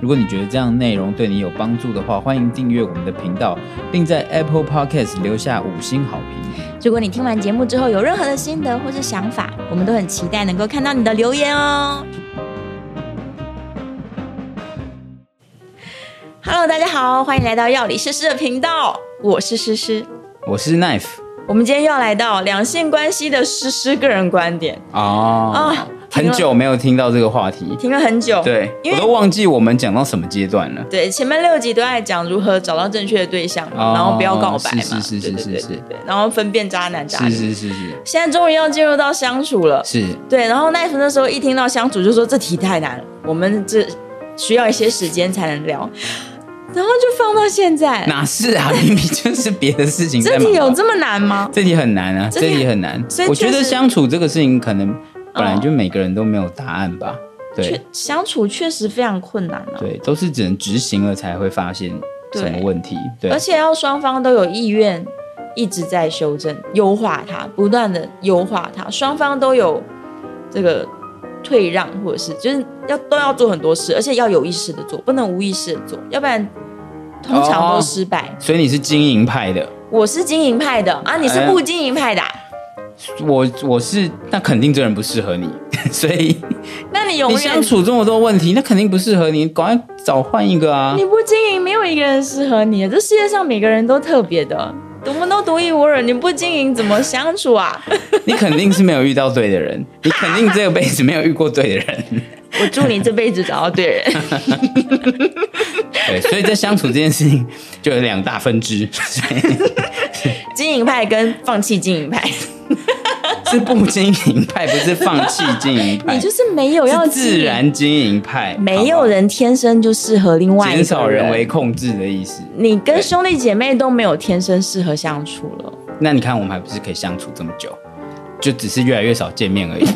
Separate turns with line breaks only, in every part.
如果你觉得这样内容对你有帮助的话，欢迎订阅我们的频道，并在 Apple Podcast 留下五星好评。
如果你听完节目之后有任何的心得或是想法，我们都很期待能够看到你的留言哦。Hello，大家好，欢迎来到药理诗诗的频道，我是诗诗。
我是 Knife
我们今天要来到两性关系的诗诗个人观点
哦，
啊，
很久没有听到这个话题，
停了很久，
对
因
我
为
都忘记我们讲到什么阶段了。
对，前面六集都在讲如何找到正确的对象嘛，
哦
然后不要告白嘛，
是是是
对对对
是是
对对，然后分辨渣男渣
是
女。
是是是
现在终于要进入到相处了，
是，
对。然后奈夫那时候一听到相处就说这题太难了，我们这需要一些时间才能聊，然后就放到现在。
哪是啊？明明就是别的事情在
这
忙
题
吧。
有这么难吗？
这题很难啊，
这
这
题
题很难
所以。
我
确
觉得
实
相处这个事情，可能本来
哦
就每个人都没有答案吧。对
确相处确实非常困难啊，
对，都是只能执行了才会发现
对
什么问题。对
而，且要双方都有意愿，一直在修正、优化它，不断的优化它，双方都有这个退让，或者是就是要都要做很多事，而且要有意识的做，不能无意识的做，要不然通常都
哦
失败。
所以你是经营派的。
我是经营派的啊，你是
哎
不经营派的啊、
我我是那肯定这人不适合你， 所以
那你永
你
远
相处这么多问题，那肯定不适合你，赶快找换一个啊
你！不经营，没有一个人适合你。这世界上每个人都特别的，我们都独一无二。你不经营怎么相处啊？
你肯定是没有遇到对的人，你肯定这辈子没有遇过对的人，
我祝你这辈子找到对人。
对，所以在相处这件事情就有两大分支， 所以
经营派跟放弃经营 派，
是不经营派，不是放弃经营派，
你哎就是没有要
是
经营
自，然经营派，
没有人天生就适合另
好不好
外一
减
个
少
人
人为控制的意思。
你跟
对
兄弟姐妹都没有天生适合相处了。
那你看，我们还不是可以相处这么久，就只是越来越少见面而已。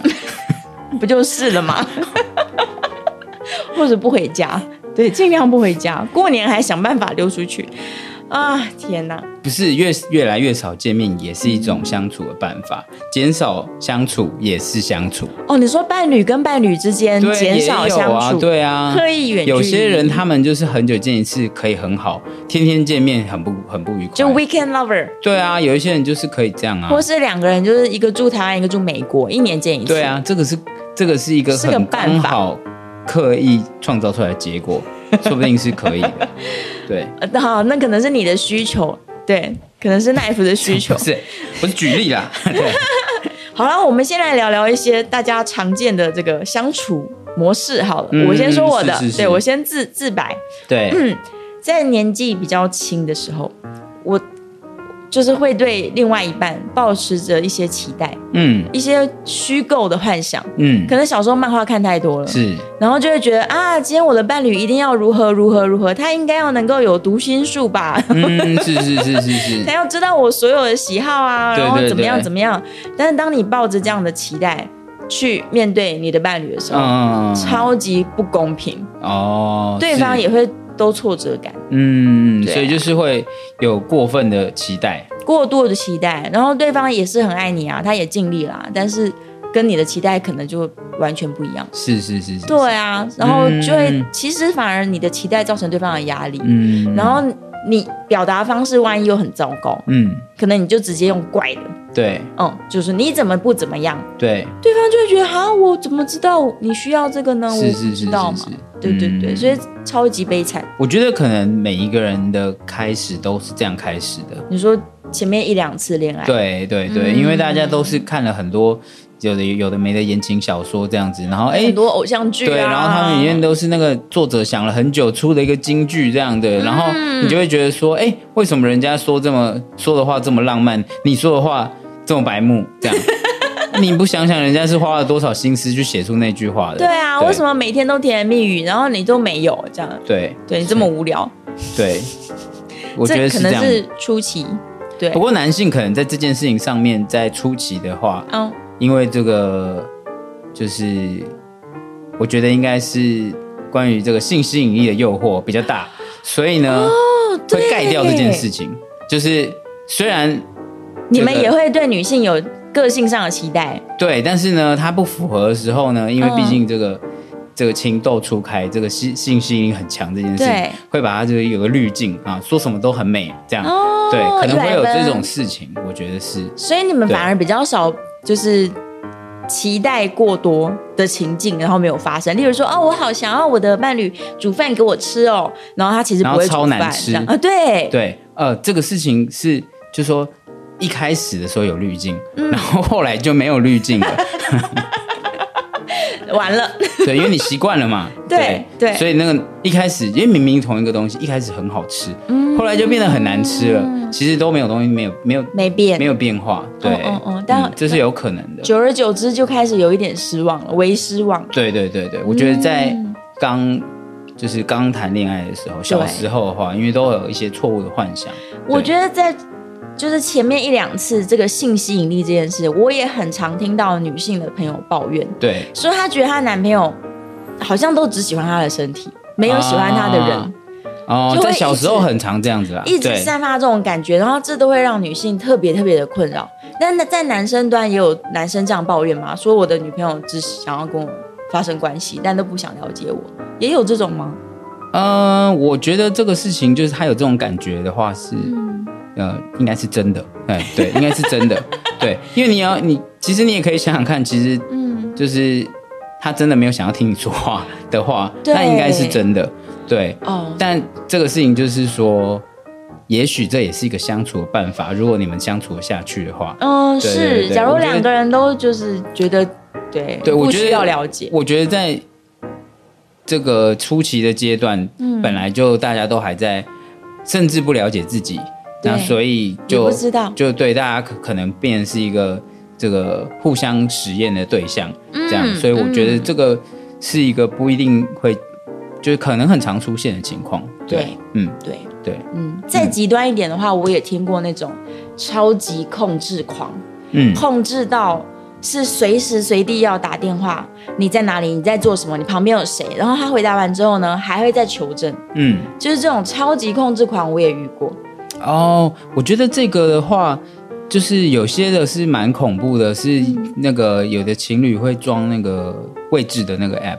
不就是了 吗？或者不回家，对，尽量不回家。过年还想办法溜出去啊！天哪，
不是越越来越少见面，也是一种相处的办法。减少相处也是相处，
哦，你说伴侣跟伴侣之间
对，
减少
也有
相
啊，
处，
对啊，
刻意远距离
有些人他们就是很久见一次可以很好，天天见面很不很不愉快。
就 weekend lover，、
对啊，有一些人就是可以这样啊
或。是两个人就是一个住台湾，一个住美国，一年见一次。
对，啊，这个是这个是一个
是个
很
办
刚
法
好刻意创造出来的 结果，说不定是可以的。对，
呃好、那可能是你的需求，对，可能是奈夫的需 求
不。是不是举 例啦，对，
好了，我们先来聊聊一些大家常见的这个相处模式。好了，
嗯
我先说我的，
是是是
对我先自自白。嗯
对，
在年纪比较轻的时候，我就是会对另外一半保持着一些期待，
嗯
一些虚构的幻想。
嗯，
可能小时候漫画看太多了，
是
然后就会觉得啊，今天我的伴侣一定要如何如何如何，他应该要能够有读心术 吧，
嗯是是是是 是
他，要知道我所有的喜好啊，
对
然后
对
怎么样
对
怎么样。但是当你抱着这样的期待去面对你的伴侣的时候，
嗯，
超级不公平，
哦，
对
是
方也会都挫折感。
嗯，
对啊
所以就是会有过分的期待，
过度的期待，然后对方也是很爱你啊，他也尽力啦，但是跟你的期待可能就完全不一样。
是是是是，
对啊，然后就会、
嗯
其实反而你的期待造成对方的压力，
嗯，
然后你表达方式万一又很糟糕，
嗯，
可能你就直接用怪的，
对
嗯，就是你怎么不怎么样，
对，
对方就会觉得哈，我怎么知道你需要这个呢？
是是
我不
是
知道
是
嘛，
是，
对对对，
嗯
所以超级悲惨。
我觉得可能每一个人的开始都是这样开始的，
你说前面一两次恋爱，
对啊对
嗯
对，因为大家都是看了很多有的有的没的言情小说这样子，然后哎
很。多偶像剧啊，
对，然后他们里面都是那个作者想了很久出的一个金句这样
嗯
的，然后你就会觉得说，哎，为什么人家说这么说的话这么浪漫，你说的话这么白目， 这样，你不想想人家是花了多少心思去写出那句话的？
对啊，为什
么？
么每天都甜言蜜语，然后你都没有这样？
对
对你这么无聊，
对，我觉得
这
是
可能
样。
是初期，对
不，过男性可能在这件事情上面，在初期的话，
嗯，
因为这个就是我觉得应该是关于这个性吸引力的诱惑比较大，所以呢、
哦对
会盖掉这件事情。就是虽然
你们
这个
也会对女性有个性上的期待，
对，但是呢，它不符合的时候呢，因为
嗯
毕竟这个、这个情窦初开，这个性性吸引力很强这件事
对
情，会把它这个有个滤镜啊，说什么都很美这样。
哦
对，可能会
原
有
来
这种事情，我觉得是
所以你们
对
反而比较少就是期待过多的情境，然后没有发生。例如说，哦，我好想要我的伴侣煮饭给我吃哦，然后他其实不会
然后
煮
超难
饭，这
吃
样啊，对，
对，呃，这个事情是就说一开始的时候有滤镜，
嗯
然后后来就没有滤镜了，
完了，
对，因为你习惯 了嘛，
对对
所以那个一开始因为明明同一个东西，一开始很好吃，
嗯
后来就变得很难吃了，其实都没有东西，没有没有
没嗯变，
没有变化，对，嗯
哦哦但
这是有可能的，
久而久之就开始有一点失望了，微失望。
对对对对，我觉得在
嗯
刚。就是刚谈恋爱的时候，小时候的话，因为都会有一些错误的幻想。
我
对
觉得在就是前面一两次这个性吸引力这件事，我也很常听到女性的朋友抱怨，
对，
说她觉得她男朋友好像都只喜欢她的身体，没有喜欢她的人。
啊哦
就，会
在小时
一
候
直
很常这样子啦，
一直
啊对
散发这种感觉，然后这都会让女性特别特别的困扰。但那在男生端也有男生这样抱怨吗？说我的女朋友只想要跟我发生关系，但都不想了解我，也有这种吗？
呃，我觉得这个事情就是他有这种感觉的话是，
嗯
呃，应该是真的，哎，对，应该是真的，对，因为你要你其实你也可以想想看，其实嗯，就是他真的没有想要听你说话的话，
对
那应该是真的，对，
哦，
但这个事情就是说，也许这也是一个相处的办法，如果你们相处得下去的话，
嗯，
对对
是。
对
假如
我觉得
两个人都就是觉得，对，
对我
不
觉得
需要了解，
我觉得在这个初期的阶段，
嗯
本来就大家都还在，甚至不了解自己，
对
那所以
也
就
不知道
就对大家可可能变成是一个这个互相实验的对象，
嗯
这样，所以我觉得这个是一个不一定会，就是可能很常出现的情况，
对
对，嗯，
对，
对，
嗯。再极端一点的话，我也听过那种超级控制狂，
嗯，
控制到是随时随地要打电话，你在哪里，你在做什么，你旁边有谁，然后他回答完之后呢，还会再求证，
嗯。
就是这种超级控制狂，我也遇过。
哦，我觉得这个的话，就是有些的是蛮恐怖的，是那个有的情侣会装那个位置的那 个 app，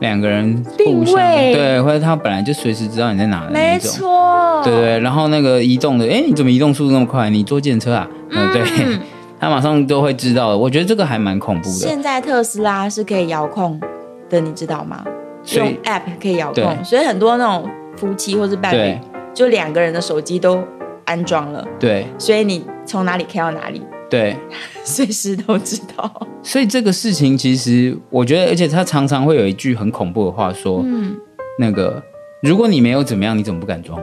两个人互
定
相
位
对，或者他本来就随时知道你在哪的那
没
一种。
错，
嗯对对，然后那个移动的，哎，你怎么移动速度那么快？你坐电车啊？嗯，对， 他马上都会知道的。我觉得这个还蛮恐怖的。
现在特斯拉是可以遥控的，你知道吗？
所
用
以
app 可以遥控，
对
所以很多那种夫妻或是伴侣
对，
就两个人的手机都安装了，
对
所以你从哪里开到哪里，
对，
随时都知 道。
所以这个事情其实我觉得，而且他常常会有一句很恐怖的话说，
嗯
那个如果你没有怎么样，你怎么不敢装？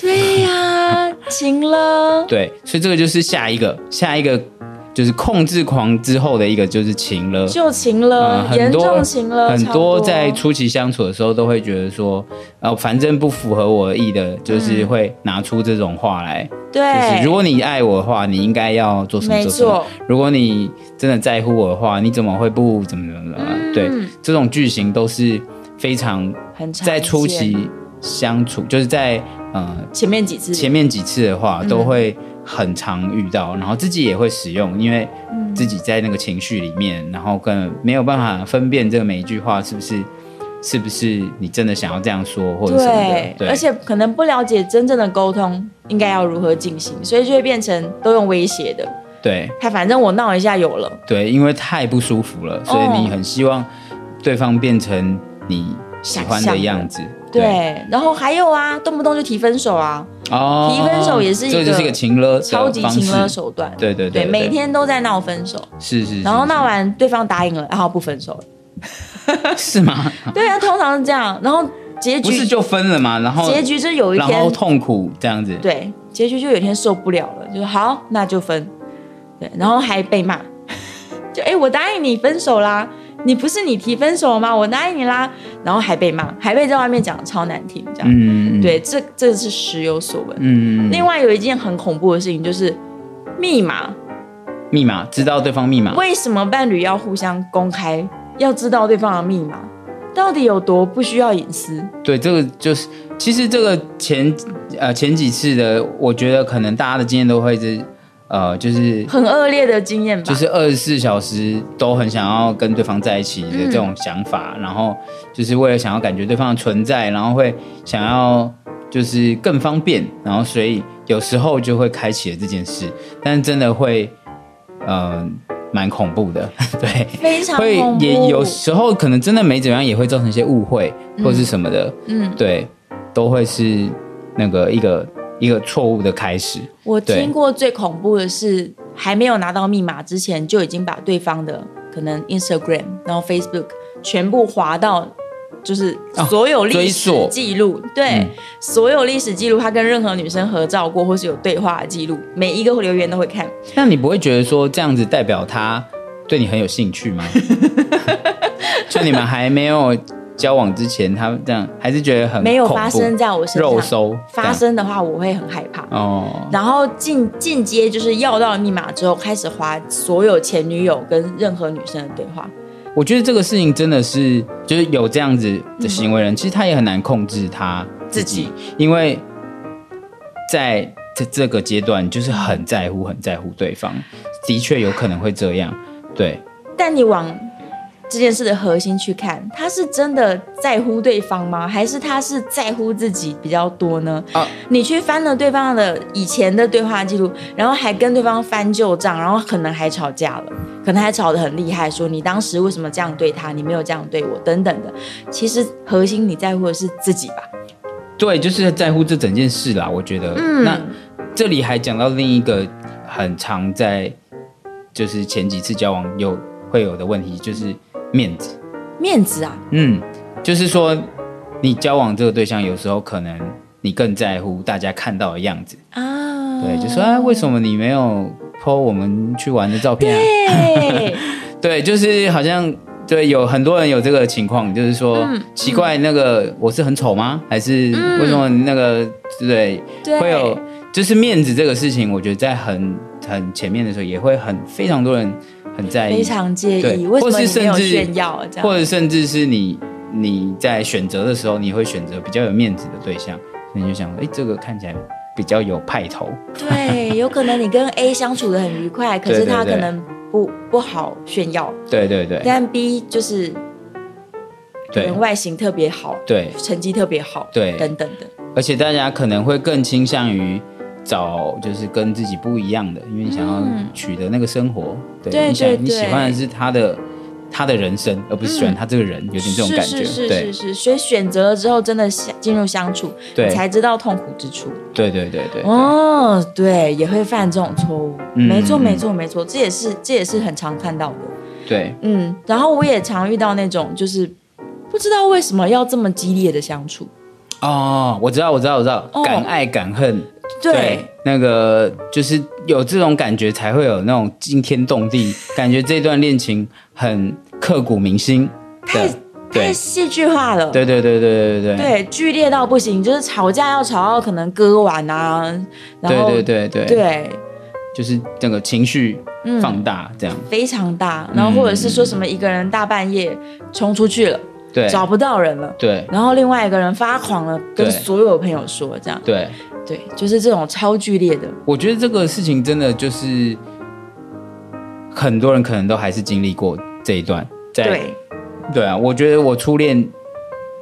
对呀、晴了，
对，所以这个就是下一个，下一个就是控制狂之后的一个就是情了。
就晴了，
嗯很
严
多
重晴了，
很
超
多在初期相处的时候都会觉得说，呃，反正不符合我意的，就是会拿出这种话来。就
嗯
是
对，
如果你爱我的话，你应该要做什么
没
做什么
错。
如果你真的在乎我的话，你怎么会不怎么怎么怎么？
嗯
对，这种句型都是非常
很常
在初
见
期相处，就是在呃
前面几次
前面几次的
嗯
话，都会很常遇到，然后自己也会使用，因为自己在那个情绪里面，然后跟没有办法分辨这每一句话是不是是不是你真的想要这样说或者什么的
对，，
对，
而且可能不了解真正的沟通应该要如何进行，所以就会变成都用威胁的。
对
他反正我闹一下有了，
对，因为太不舒服了，所
哦
以你很希望对方变成你喜欢的样子，
对，然后还有啊，动不动就提分手啊，
哦，
提分手也是一个
这就是一个情勒的
超级
方式
情勒，手段。
对对对，对
每天都在闹分手，
是是，是
然后闹完对方答应了，然后不分手 了。
是吗？
对啊，通常是这样，然后结
不是
局
就分了吗？然后
结局就是有一
然后
天，
痛苦这样子，
对，结局就有一天受不了了，就是好，那就分。对，然后还被骂， 就哎、我答应你分手啦，你不是你提分手吗？我答应你啦，然后还被骂，还被在外面讲得超难听，这样。
嗯，
对，这这是时有所闻。
嗯，嗯，
另外有一件很恐怖的事情就是密
啊
码，
密码知道对方密码，
为什么伴侣要互相公开，要知道对方的密码，到底有多不需要隐私？
对，这个就是其实这个前呃前几次的，我觉得可能大家的经验都会是呃就是
很恶劣的经验吧？
就是二十四小时都很想要跟对方在一起
嗯
的这种想法，然后就是为了想要感觉对方的存在，然后会想要就是更方便，然后所以有时候就会开启了这件事，但是真的会嗯蛮、恐怖的， 对。
非常
会
恐怖。
也有时候可能真的没怎么样，也会造成一些误会或者是什么的，
嗯，
对，都会是那个一个一个错误的开始。
我
对
听过最恐怖的是，还没有拿到密码之前，就已经把对方的可能 Instagram，然后 Facebook 全部划到，就是
哦
所有历
追
史
溯
记录，对，
嗯
所有历史记录，他跟任何女生合照过或是有对话的记录，每一个留言都会看。
那你不会觉得说这样子代表他对你很有兴 趣吗？就你们还没有交往之前，他这样还是觉得很
没有
恐
发
怖
生在我身
肉
上，
搜这
啊发
样
生的话我会很害怕。
哦，
然后进进阶就是要到密码之后，开始划所有前女友跟任何女生的对话。
我觉得这个事情真的是，就是有这样子的行为
嗯
人，其实他也很难控制他自己，因为在这这个阶段，就是很在乎、很在乎对方，的确有可能会这样。对，
但你往这件事的核心去看，他是真的在乎对方吗？还是他是在乎自己比较多呢？
啊
你去翻了对方的以前的对话记录，然后还跟对方翻旧账，然后可能还吵架了，可能还吵得很厉害，说你当时为什么这样对他，你没有这样对我等等的。其实核心你在乎的是自己吧？
对，就是在乎这整件事啦。我觉得，
嗯
那这里还讲到另一个很常在，就是前几次交往有会有的问题，就是面子。
面子啊，
嗯，就是说，你交往这个对象，有时候可能你更在乎大家看到的样子，
啊，
对，就说啊，为什么你没有 po 我们去玩的照片啊？
对，
对，就是好像对，有很多人有这个情况，就是说，奇怪，那个我是很丑吗？还是
嗯
为什么那个对
对
会有就是面子这个事情？我觉得在很很前面的时候，也会很非常多人很在意，
非常介意，
对
为什么
或是
你没有
甚至
炫耀这样？
或者甚至是你你在选择的时候，你会选择比较有面子的对象，所以你就想说，哎，这个看起来比较有派头，
对，有可能你跟 A 相处的很愉快，可是
对对
他可
对
能不不好炫耀，
对对对
但 B 就是可
对
能外形特别好，
对，
成绩特别好，
对
等等的，
而且大家可能会更倾向于找就是跟自己不一样的，因为你想要
嗯
取得那个生活，
对
对，你想
对
你喜欢的是他的他的人生，而不是喜
嗯
欢他这个人，有点这种感
是是，
觉
是是
对
是，所以选择了之后，真的相进入相处，
对
你才知道痛苦之处。
对对对对，
哦，对，也会犯这种错误，
嗯
没错
嗯
没错没错，这也是这也是很常看到的。
对
嗯，然后我也常遇到那种就是不知道为什么要这么激烈的相处，
哦，我知道我知道我知道
哦，
敢爱敢恨。
对
对，那个就是有这种感觉，才会有那种惊天 动地感觉。这段恋情很刻骨铭心
太
的，
太
对
戏剧化了。
对对对对对对对
对，剧烈到不行，就是吵架要吵到可能割腕啊，然后
对对对
对
对，就是那个情绪放大这样，
非常大，然后或者是说什么一个人大半夜冲出去了，
对
找不到人了。
对
然后另外一个人发狂了，跟
对
所有朋友说这样，
对。
对，就是这种超剧烈的，
我觉得这个事情真的就是很多人可能都还是经历过这一段，在
对，
对啊，我觉得我初恋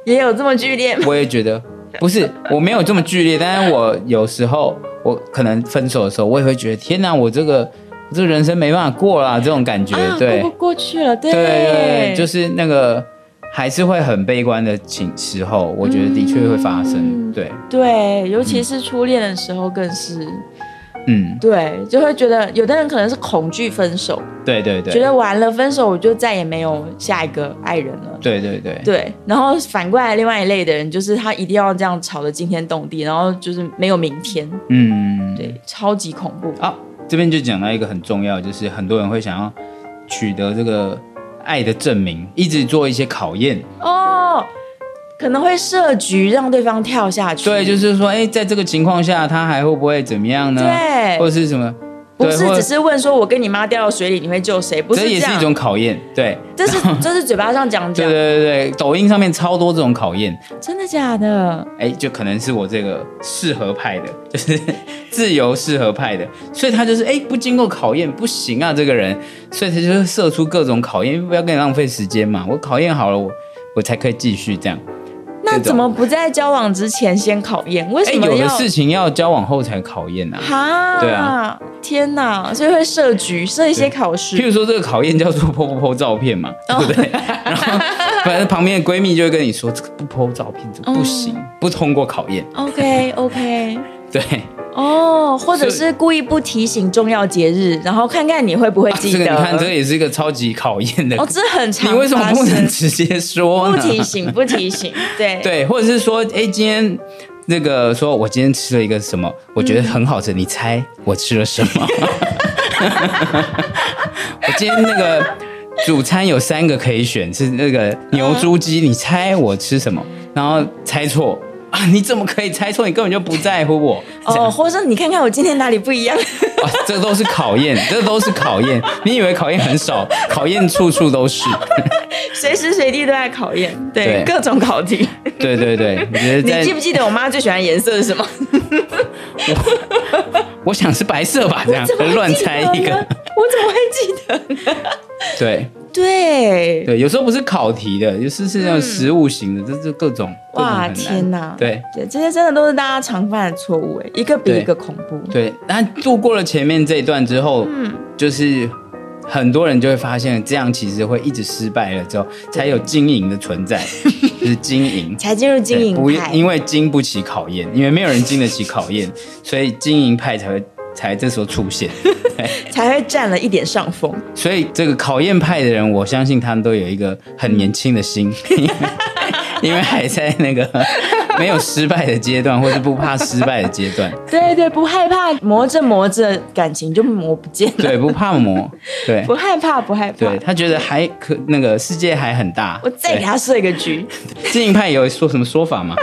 也有这么剧烈吗，
我也觉得不是，我没有这么剧烈，但是我有时候我可能分手的时候，我也会觉得天哪，我这个我这人生没办法过啦，这种感觉，
啊，
对
过不过去了，对
对对，就是那个还是会很悲观的情时候，我觉得的确会发生，
嗯
对，
对，尤其是初恋的时候更是，
嗯，
对，就会觉得有的人可能是恐惧分手，
对对对，
觉得完了分手我就再也没有下一个爱人了。
对对对，
对，然后反过来，另外一类的人就是他一定要这样吵得惊天动地，然后就是没有明天，
嗯，啊
对，超级恐怖。
好，这边就讲到一个很重要，就是很多人会想要取得这个爱的证明，一直做一些考验，
哦，可能会设局让对方跳下去。
对，就是说，哎，在这个情况下，他还会不会怎么样呢？
对啊
或者是什么？
哎不
对
是
或
只是问说，我跟你妈掉到水里，你会救谁？不是
这也是
样
一种考验，对，
这 是这是嘴巴上讲
对
讲，
对对对，抖音上面超多这种考验，
真的假的？
哎，就可能是我这个适合派的， 就是自由适合派的，所以他就是哎，不经过考验不行啊，这个人，所以他就是设出各种考验，不要跟你浪费时间嘛，我考验好了，我我才可以继续这样。
那
这种
怎么不在交往之前先考验？为
哎，
什么
有
要
的？事情要交往后才考验 啊，
哈，
对啊，
天哪！所以会设局，设一些考
譬
试。
如说这个考验叫做 po po po 照片嘛，
哦
对不对？ 然后反正旁边的闺蜜就会跟你说，这个不 po 照片，这个不行，
哦
不通过考验。
OK OK，
对，
哦，或者
所
是故意不提醒重要节日，然后看看你会不会
啊
记
这个
得。
你看，这个也是一个超级考验的。
哦，这很
你
常
为什么
发
不能
生
直接说
不
呢？
提醒？不提醒，对
对，或者是说，哎，今天那个说我今天吃了一个什么，我觉得很好吃，你猜我吃了什 么？我今天那个主餐有三个可以选，是那个牛猪鸡，你猜我吃什么？然后猜错啊！你怎么可以猜错？你根本就不在乎我。这样
哦，或者是你看看我今天哪里不一样，
啊，这都是考验，这都是考验。你以为考验很少，考验处处都是。
随时随地都在考验，对
对
各种考题。
对 对对，我觉得
你
在
记不记得我妈最喜欢的颜色是什么？
我想是白色 吧，这样
怎么会
乱
记得
猜
呢
一个。
我怎么会记得呢？
对
对，
对，有时候不是考题的，有时是那种实物型的，这这各种各种
嗯哇，
很难。
天哪！
对
对，这些真的都是大家常犯的错误，哎，一个比
对
一个恐怖。
对，那度过了前面这一段之后，嗯，就是很多人就会发现，这样其实会一直失败了之后，才有经营的存 在，就是经营。
才进入经
对
营
不
派，
因为经不起考验，因为没有人经得起考验，所以经营派才会才这时候出现。
才会占了一点上风。
所以这个考验派的人，我相信他们都有一个很年轻 的心，因为因为还在那个 没有失败的阶段，或是不怕失败的阶 段，
对对，不害怕，磨着磨着感情就磨不见了。
对，不怕磨，对
不害怕，不害怕
对，。他觉得还可那个世界还很大。
我再给他设一个局。
对经营派有说什么 说法吗？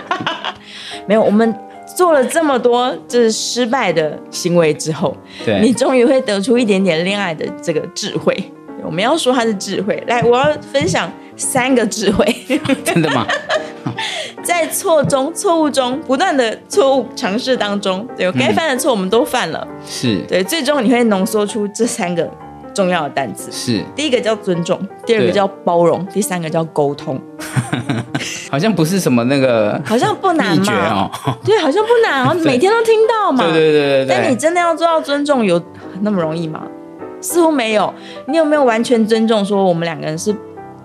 没有，我们做了这么多就是失败的行为之后，
对
你终于会得出一点点恋爱的这个智慧。对我们要说它是智慧，来，我要分享三个智慧，
真的吗？
在错中、错误中、不断的错误尝试当中，对
嗯
该犯的错我们都犯了，
是
对，最终你会浓缩出这三个重要的单词。
是，
第一个叫尊重，第二个
对
叫包容，第三个叫沟通，
好像不是什么那个
好像不难
秘诀
嘛？
哦。
对，好像不难，好像每天都听到嘛。
对对对对
但你
对，
真的要做到尊重，有那么容易吗？似乎没有。你有没有完全尊重？说我们两个人是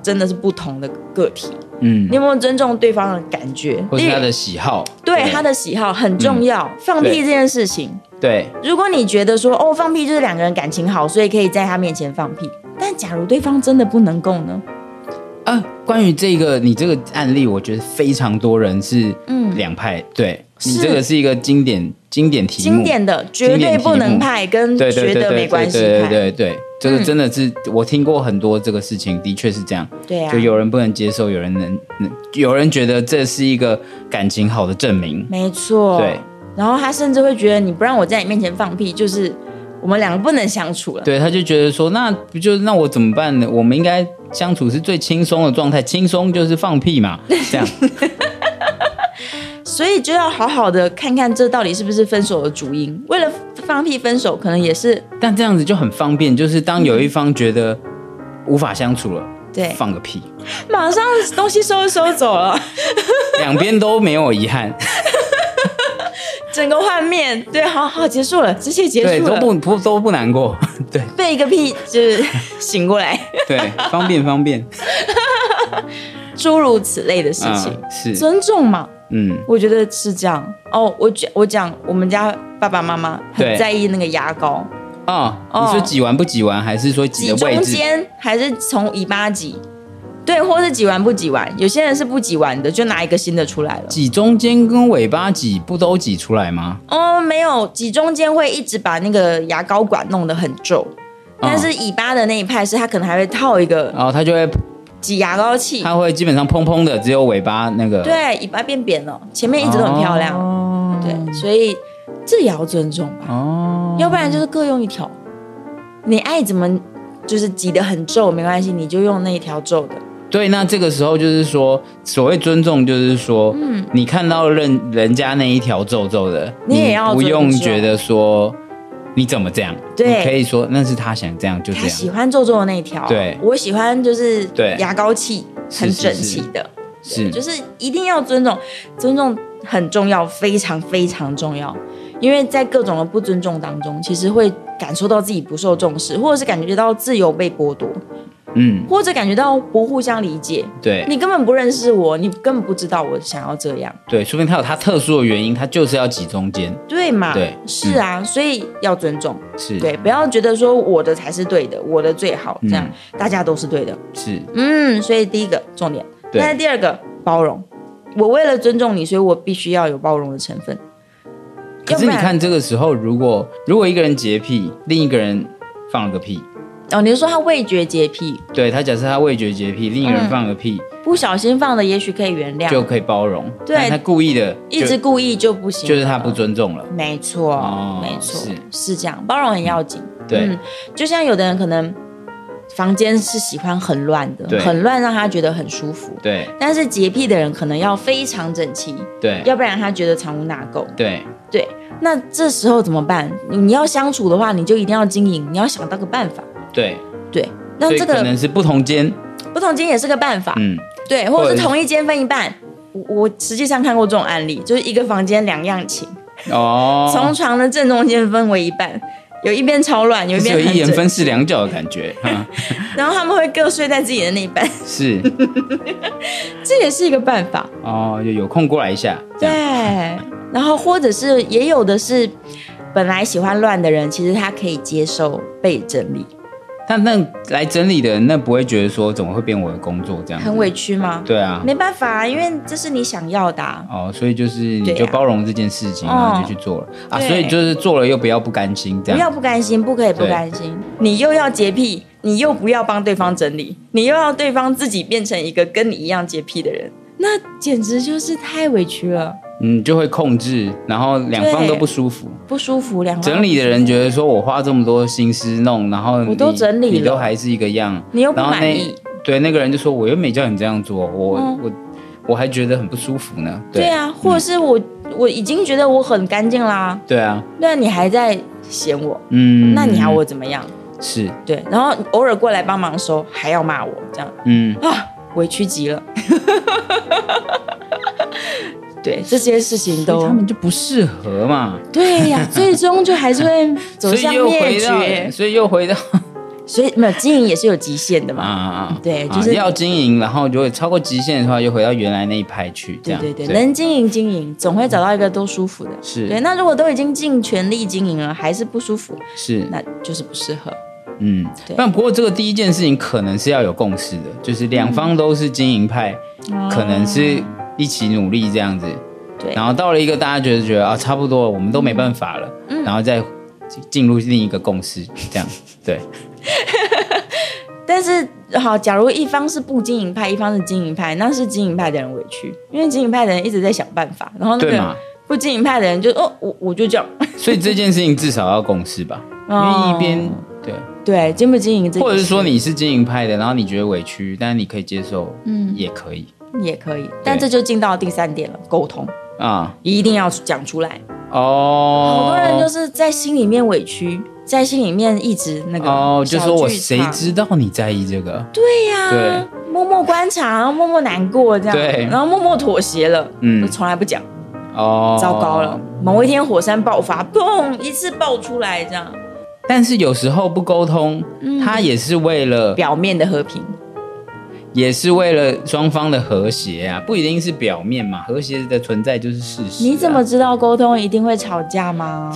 真的是不同的个体？
嗯
你，有没有尊重对方的感觉？
或是他
例如
的嗯喜好，
对他的喜好很重要。放屁这件事情，
对
如果你觉得说哦，放屁就是两个人感情好，所以可以在他面前放屁。但假如对方真的不能够呢？
啊，关于这个你这个案例，我觉得非常多人是
嗯
两派，对你
是
这个是一个经典经典题目，
经典的绝
经典
对
题
不能
目
派，跟
对
觉
对对
得
对
没
对
关
对
系嗯
对
派，
对对，这个真的是我听过很多这个事情，的确是这样，
对啊
就有人不能接受，有人能能，有人觉得这是一个感情好的证明，
没错，
对。
然后他甚至会觉得你不让我在你面前放屁，就是我们两个不能相处了。
对，他就觉得说，那不就那我怎么办呢？我们应该相处是最轻松的状态，轻松就是放屁嘛，这样
所以就要好好的看看这到底是不是分手的主因。为了放屁分手，可能也是
但这样子就很方便，就是当有一方觉得无法相处了，
对
放个屁，
马上东西收一收走了，
两边都没有遗憾，
整个画面对，好好结束了，这些 结
对，
束
都
了，
不不都不难过， 对
被一个屁就是醒过来，
对，方便 方便，
诸如此类的事
啊
情。
是，
尊重嘛，
嗯，
我觉得是这样。哦，我讲我讲，我们家爸爸妈妈很
对
在意那个牙膏，
哦，
哦
你说挤完不挤完，还是说挤
挤
的位
中
置？
间还是从尾巴挤？对，或是挤完不挤完，有些人是不挤完的，就拿一个新的出来了。
挤中间跟尾巴挤不都挤出来吗？
哦，没有，挤中间会一直把那个牙膏
嗯
管弄得很皱，但是尾巴的那一派是它可能还会套一个，
然后它就会
挤牙膏器，
它会基本上砰砰的，只有尾巴那个，，
对，尾巴变扁了，前面一直都很漂亮，
哦、
对，所以这也要尊重吧，
哦，
要不然就是各用一条，你爱怎么就是挤得很皱没关系，你就用那一条皱的，
对，那这个时候就是说，所谓尊重，就是说，嗯，你看到人人家那一条皱皱的，
你也要
不
尊
用
重
觉得说你怎么这样，
对
你可以说那是他想这样就这
他喜
样，
欢皱皱的那一条，
对
我喜欢就是
对
牙膏器很
是是
整
是
齐的，
是嗯
就是一定要尊重，尊重很重要，非常非常重要。因为在各种的不尊重当中，其实会感受到自己不受重视，或者是感觉到自由被剥夺，
嗯，
或者感觉到不互相理解。
对
你根本不认识我，你根本不知道我想要这样，
对，说不定他有他特殊的原因，他就是要挤中间，
对嘛？
对嗯
是啊，所以要尊重，
是，
对，不要觉得说我的才是对的，我的最好，这样、
嗯
大家都是对的。
是，
嗯，所以第一个重点，
对
但是第二个包容。我为了尊重你，所以我必须要有包容的成分。
可是
要不
你
然
看这个时候，如果如果一个人洁癖，另一个人放了个屁，
哦，你是说他味觉洁癖，
对他假设他味觉洁癖，另一个人
嗯
放个屁、
不小心放的也许可以原谅，
就可以包容，
对
但他故意的就
一直故意就不行，
就是他不。尊重了，
没错，
哦
没错，
是
这样，包容很要紧。
对。
嗯，就像有的人可能房间是喜欢很乱
对
的，很乱让他觉得很舒服，
对
但是洁癖的人可能要非常整齐，
对
要不然他觉得藏污纳垢。
对，
对，那这时候怎么办？你要相处的话，你就一定要经营，你要想到个办法。
对，
对，那
所以
这
可
个
能是不同间，
不同间也是个办法。
嗯，
对，或
或
者
者
是
是
同一间分一半。我我实际上看过这种案例，就是一个房间两样情，
哦，
从床的正中间分为一半，有一边超乱，有一
就是
边
有
很
一人
整，
分饰两角的感觉， 嗯，
然后他们会各睡在自己的那一半，
是
这也是一个办法。
哦，就有空过来一下，这
对
样，
然后或者是也有的是本来喜欢乱的人，其实他可以接受被整理，
但那来整理的人，那不会觉得说怎么会变我的工作这样，
很委，屈吗？
嗯对啊，
没办法啊，因为这是你想要的啊、
哦，所以就是你
对
就
啊
包容这件事情，
哦
然后你就去做了啊，
对
所以就是做了又不要不甘心这
不要
样，
不甘心，不可以不
对
甘心。你又要洁癖，你又不要帮对方整理，你又要对方自己变成一个跟你一样洁癖的人，那简直就是太委屈了，
你嗯就会控制，然后两方
对
都不舒服。
不舒服。两方
整理的人觉得说我花这么多心思弄，然后
我都
你
整理
你都
了
还是一个样，
你又不
然后
满
那
意，
对，那个人就说：“我又没叫你这样做，我、
嗯
我我还觉得很不舒服呢。
对啊，或者是我、
嗯
我已经觉得我很干净啦，
对啊，
那你还在嫌我，
嗯，
那你还要我怎么样？
是，
对，然后偶尔过来帮忙收，还要骂我，这样
嗯，
啊委屈极了。 对，这些事情
所以
都
他们就不适合嘛，
对呀，最终就还是会走
所以
向
又
灭
回
绝
到，。所以又回 到
所以没有经营也是有极限的
啊
嘛。
啊，
对
啊
就是
要经营，然后如果超过极限的话，又回到原来那一派去，
对
这样
对对，能经营经营，总会找到一个都舒服的。
是
对，那如果都已经尽全力经营了，还是不舒服，
是，
那就是不适合。
嗯，
对
但不过这个第一件事情可能是要有共识的，就是两方都是经营派，可能是一起努力这样子。
嗯对
然后到了一个大家觉得觉得啊差不多了，我们都没办法了，
嗯
然后再进进入另一个共识，这样对
但是好，假如一方是不经营派，一方是经营派，那是经营派的人委屈，因为经营派的人一直在想办法，然后那
对嘛
个？不经营派的人就哦，我我就这样，
所以这件事情至少要共识吧，
哦
因为一边对，
对经不经营这个，
或者是说你是经营派的，然后你觉得委屈，但是你可以接受，嗯，也可以
也可以，但这就进到第三点了，沟通
啊
一定要讲出来。好
哦，
多人就是在心里面委屈，在心里面一直那个
哦，就说
小
我
剧
谁
场
知道你在意这个，
对呀、
对
默默观察，然后默默难过这样，
对
然后默默妥协了，
嗯
就从来不讲，
哦，
糟糕了，某一天火山爆发，砰，一次爆出来这样，
但是有时候不沟通，
嗯
他也是为了，
表面的和平，
也是为了双方的和谐啊，不一定是表面嘛，和谐的存在就是事实啊、
你怎么知道沟通一定会吵架吗？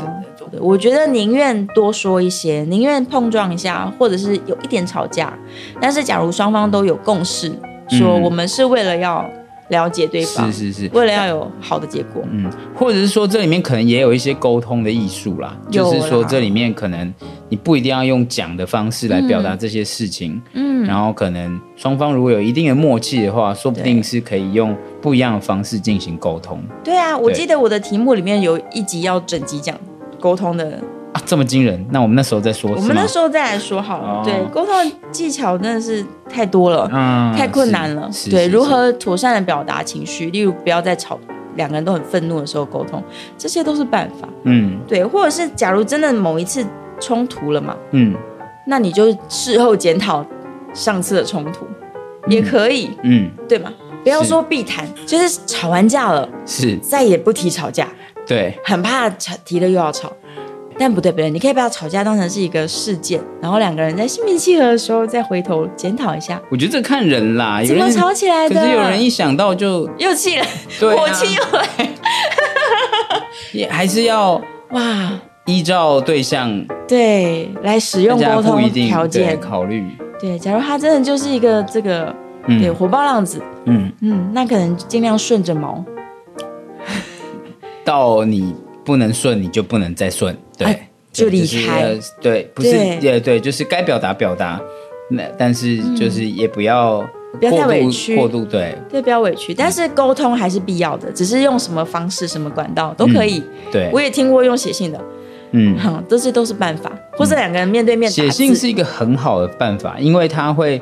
对我觉得宁愿多说一些，宁愿碰撞一下，或者是有一点吵架。但是假如双方都有共识，说
嗯
我们是为了要了解对方，
是是是
为了要有好的结果。
嗯，或者是说这里面可能也有一些沟通的艺术啦，
有
就
啦
是说这里面可能你不一定要用讲的方式来表达这些事情，嗯，然后可能双方如果有一定的默契的话，说不定是可以用不一样的方式进行沟通
对啊，我
对
记得我的题目里面有一集要整集讲沟通的，
啊，这么惊人。那我们那时候再说，
我
是
们
吗
那时候再来说好了。
哦
对，沟通的技巧真的是太多了，
嗯
太困难了。
是是
对，
是
如何妥善的表达情绪，例如不要在吵两个人都很愤怒的时候沟通，这些都是办法。
嗯
对，或者是假如真的某一次冲突了嘛，
嗯
那你就事后检讨上次的冲突，也可以，
嗯，
对吗？不要说避谈，就是吵完架了，
是
再也不提吵架，
对，
很怕吵提了又要吵。但不对不对，你可以把吵架当成是一个事件，然后两个人在心平气和的时候再回头检讨一下，
我觉得这看人啦，哎有
怎么
人
吵起来
可
的。
是有人一想到就
又气了，
对啊
火气又来，
也还是要
哇，
依照对象，
对，来使
大
用
家
沟
不一
通
定
条
对
件。
考虑，
对，假如他真的就是一个这个对
嗯
火爆浪子，
嗯。
嗯，那可能尽量顺着毛。
到你不能顺，你就不能再顺，对，
哎就离
是
开
呃对，不是，
对
也对，就是该表达表达，那但是就是也不要
嗯不要
过
太
度
委屈
过度，对
对，不要委
嗯
屈，但是沟通还是必要的，只是用什么方式、什么管道都可以。
嗯对
我，也听过用写信的，
嗯，
哼、这些都是办法，或是两个人面对面打
写
字
信是一个很好的办法，因为他会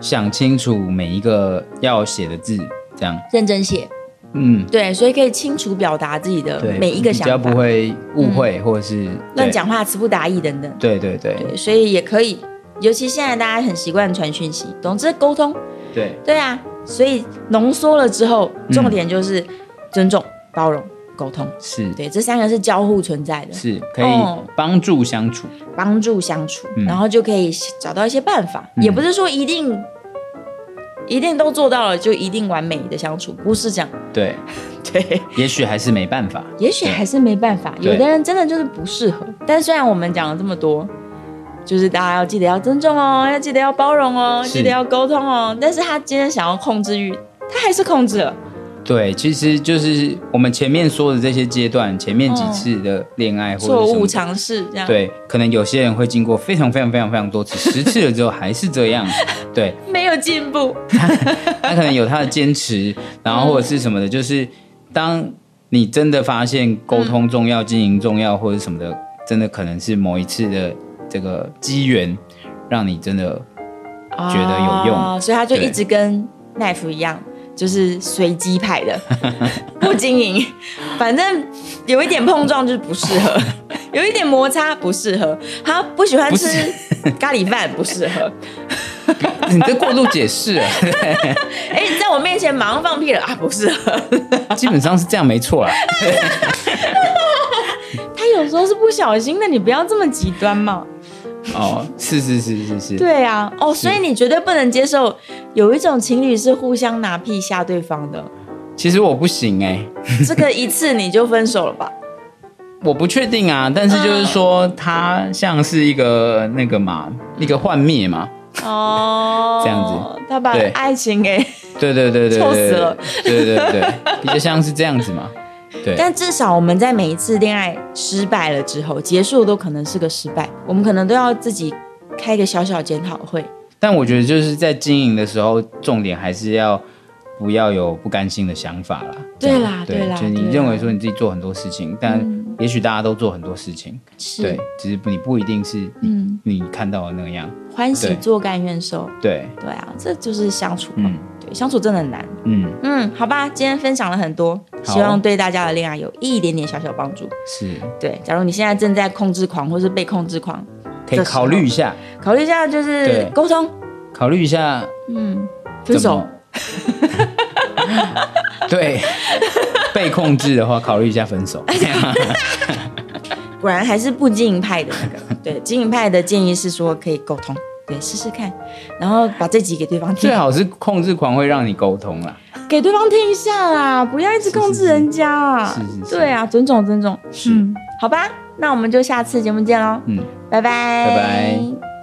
想清楚每一个要写的字，这样，
认真写，
嗯，
对，所以可以清楚表达自己的
对，
每一个想
比较
法，
不会误会、或者是
乱，讲话、词不达意等等，
对对对对
对，所以也可以。尤其现在大家很习惯传讯息，总之沟通，
对，
对啊，所以浓缩了之后，重点就是尊重、包容、沟通，
是
对，这三个是交互存在的。
是可以
哦
帮助相处，
帮助相处，然后就可以找到一些办法，也不是说一定一定都做到了就一定完美的相处，不是这样。
对，
对，
也许还是没办法，
也许还是没办法，
对
有的人真的就是不适合。但虽然我们讲了这么多，就是大家要记得要尊重哦，要记得要包容哦，
是
记得要沟通哦。但是他今天想要控制欲，他还是控制了，
对，其实就是我们前面说的这些阶段，前面几次的恋爱或者
错
什么
误
的，
尝试这样。
对，可能有些人会经过非常非常非常非常多次，十次了之后还是这样，对
没有进步，
他可能有他的坚持，然后或者是什么的，就是当你真的发现沟
嗯
通重要、经营重要或者什么的，真的可能是某一次的这个机缘，让你真的觉得有用
哦所以他就
对
一直跟奈夫一样，就是随机派 的，不经营，反正有一点碰撞就是不适 合，有一点摩擦不适合，他不喜欢
不
吃
是
咖喱饭不适合，
你这过度解释了，
哎、你在我面前马上放屁了啊，不适合，
啊基本上是这样没错啦。
他有时候是不小心的，你不要这么极端嘛。
哦，是是是是是，
对啊，哦，所以你绝对不能接受有一种情侣是互相拿屁吓对方 的，
其实我不行哎、
这个一次你就分手了 吧？
我不确定啊，但是
嗯
就是说，它像是一个那个嘛，一个幻灭嘛。
哦，
这样子，
他把
对
爱情给，
对对对对对，
臭死了
对对对，比较像是这样子嘛。对，
但至少我们在每一次恋爱失败了之后，结束都可能是个失败，我们可能都要自己开个小小检讨会。
但我觉得就是在经营的时候，重点还是要不要有不甘心的想法啦。
对啦
这样
对啦
就你
对啦嗯
认为说你自己做很多事情，但也许大家都做很多事情，
是，，
对
嗯
只是你不一定是你你看到的那样。
欢喜
对
做甘愿受。
对，
对啊，这就是相处嘛。
嗯
对，相处真的很难。
嗯，
嗯，好吧，今天分享了很多，
好
希望对大家的恋爱有一点点小小帮助。
是
对，假如你现在正在控制狂或是被控制狂，
可以
这时候
考虑一下，
考虑一下就是
对
沟通、
考虑一下
分手。
对，被控制的话，考虑一下分 手。
果然还是不经营派的那个。对，经营派的建议是说可以沟通，对，试试看，然后把这集给对方听
最，好是控制狂会让你沟通啦。
给对方听一下啦，不要一直控制人家啊。
是是是
对啊，尊重尊重。
是
嗯，好吧，那我们就下次节目见喽。
嗯，
拜拜，
拜拜。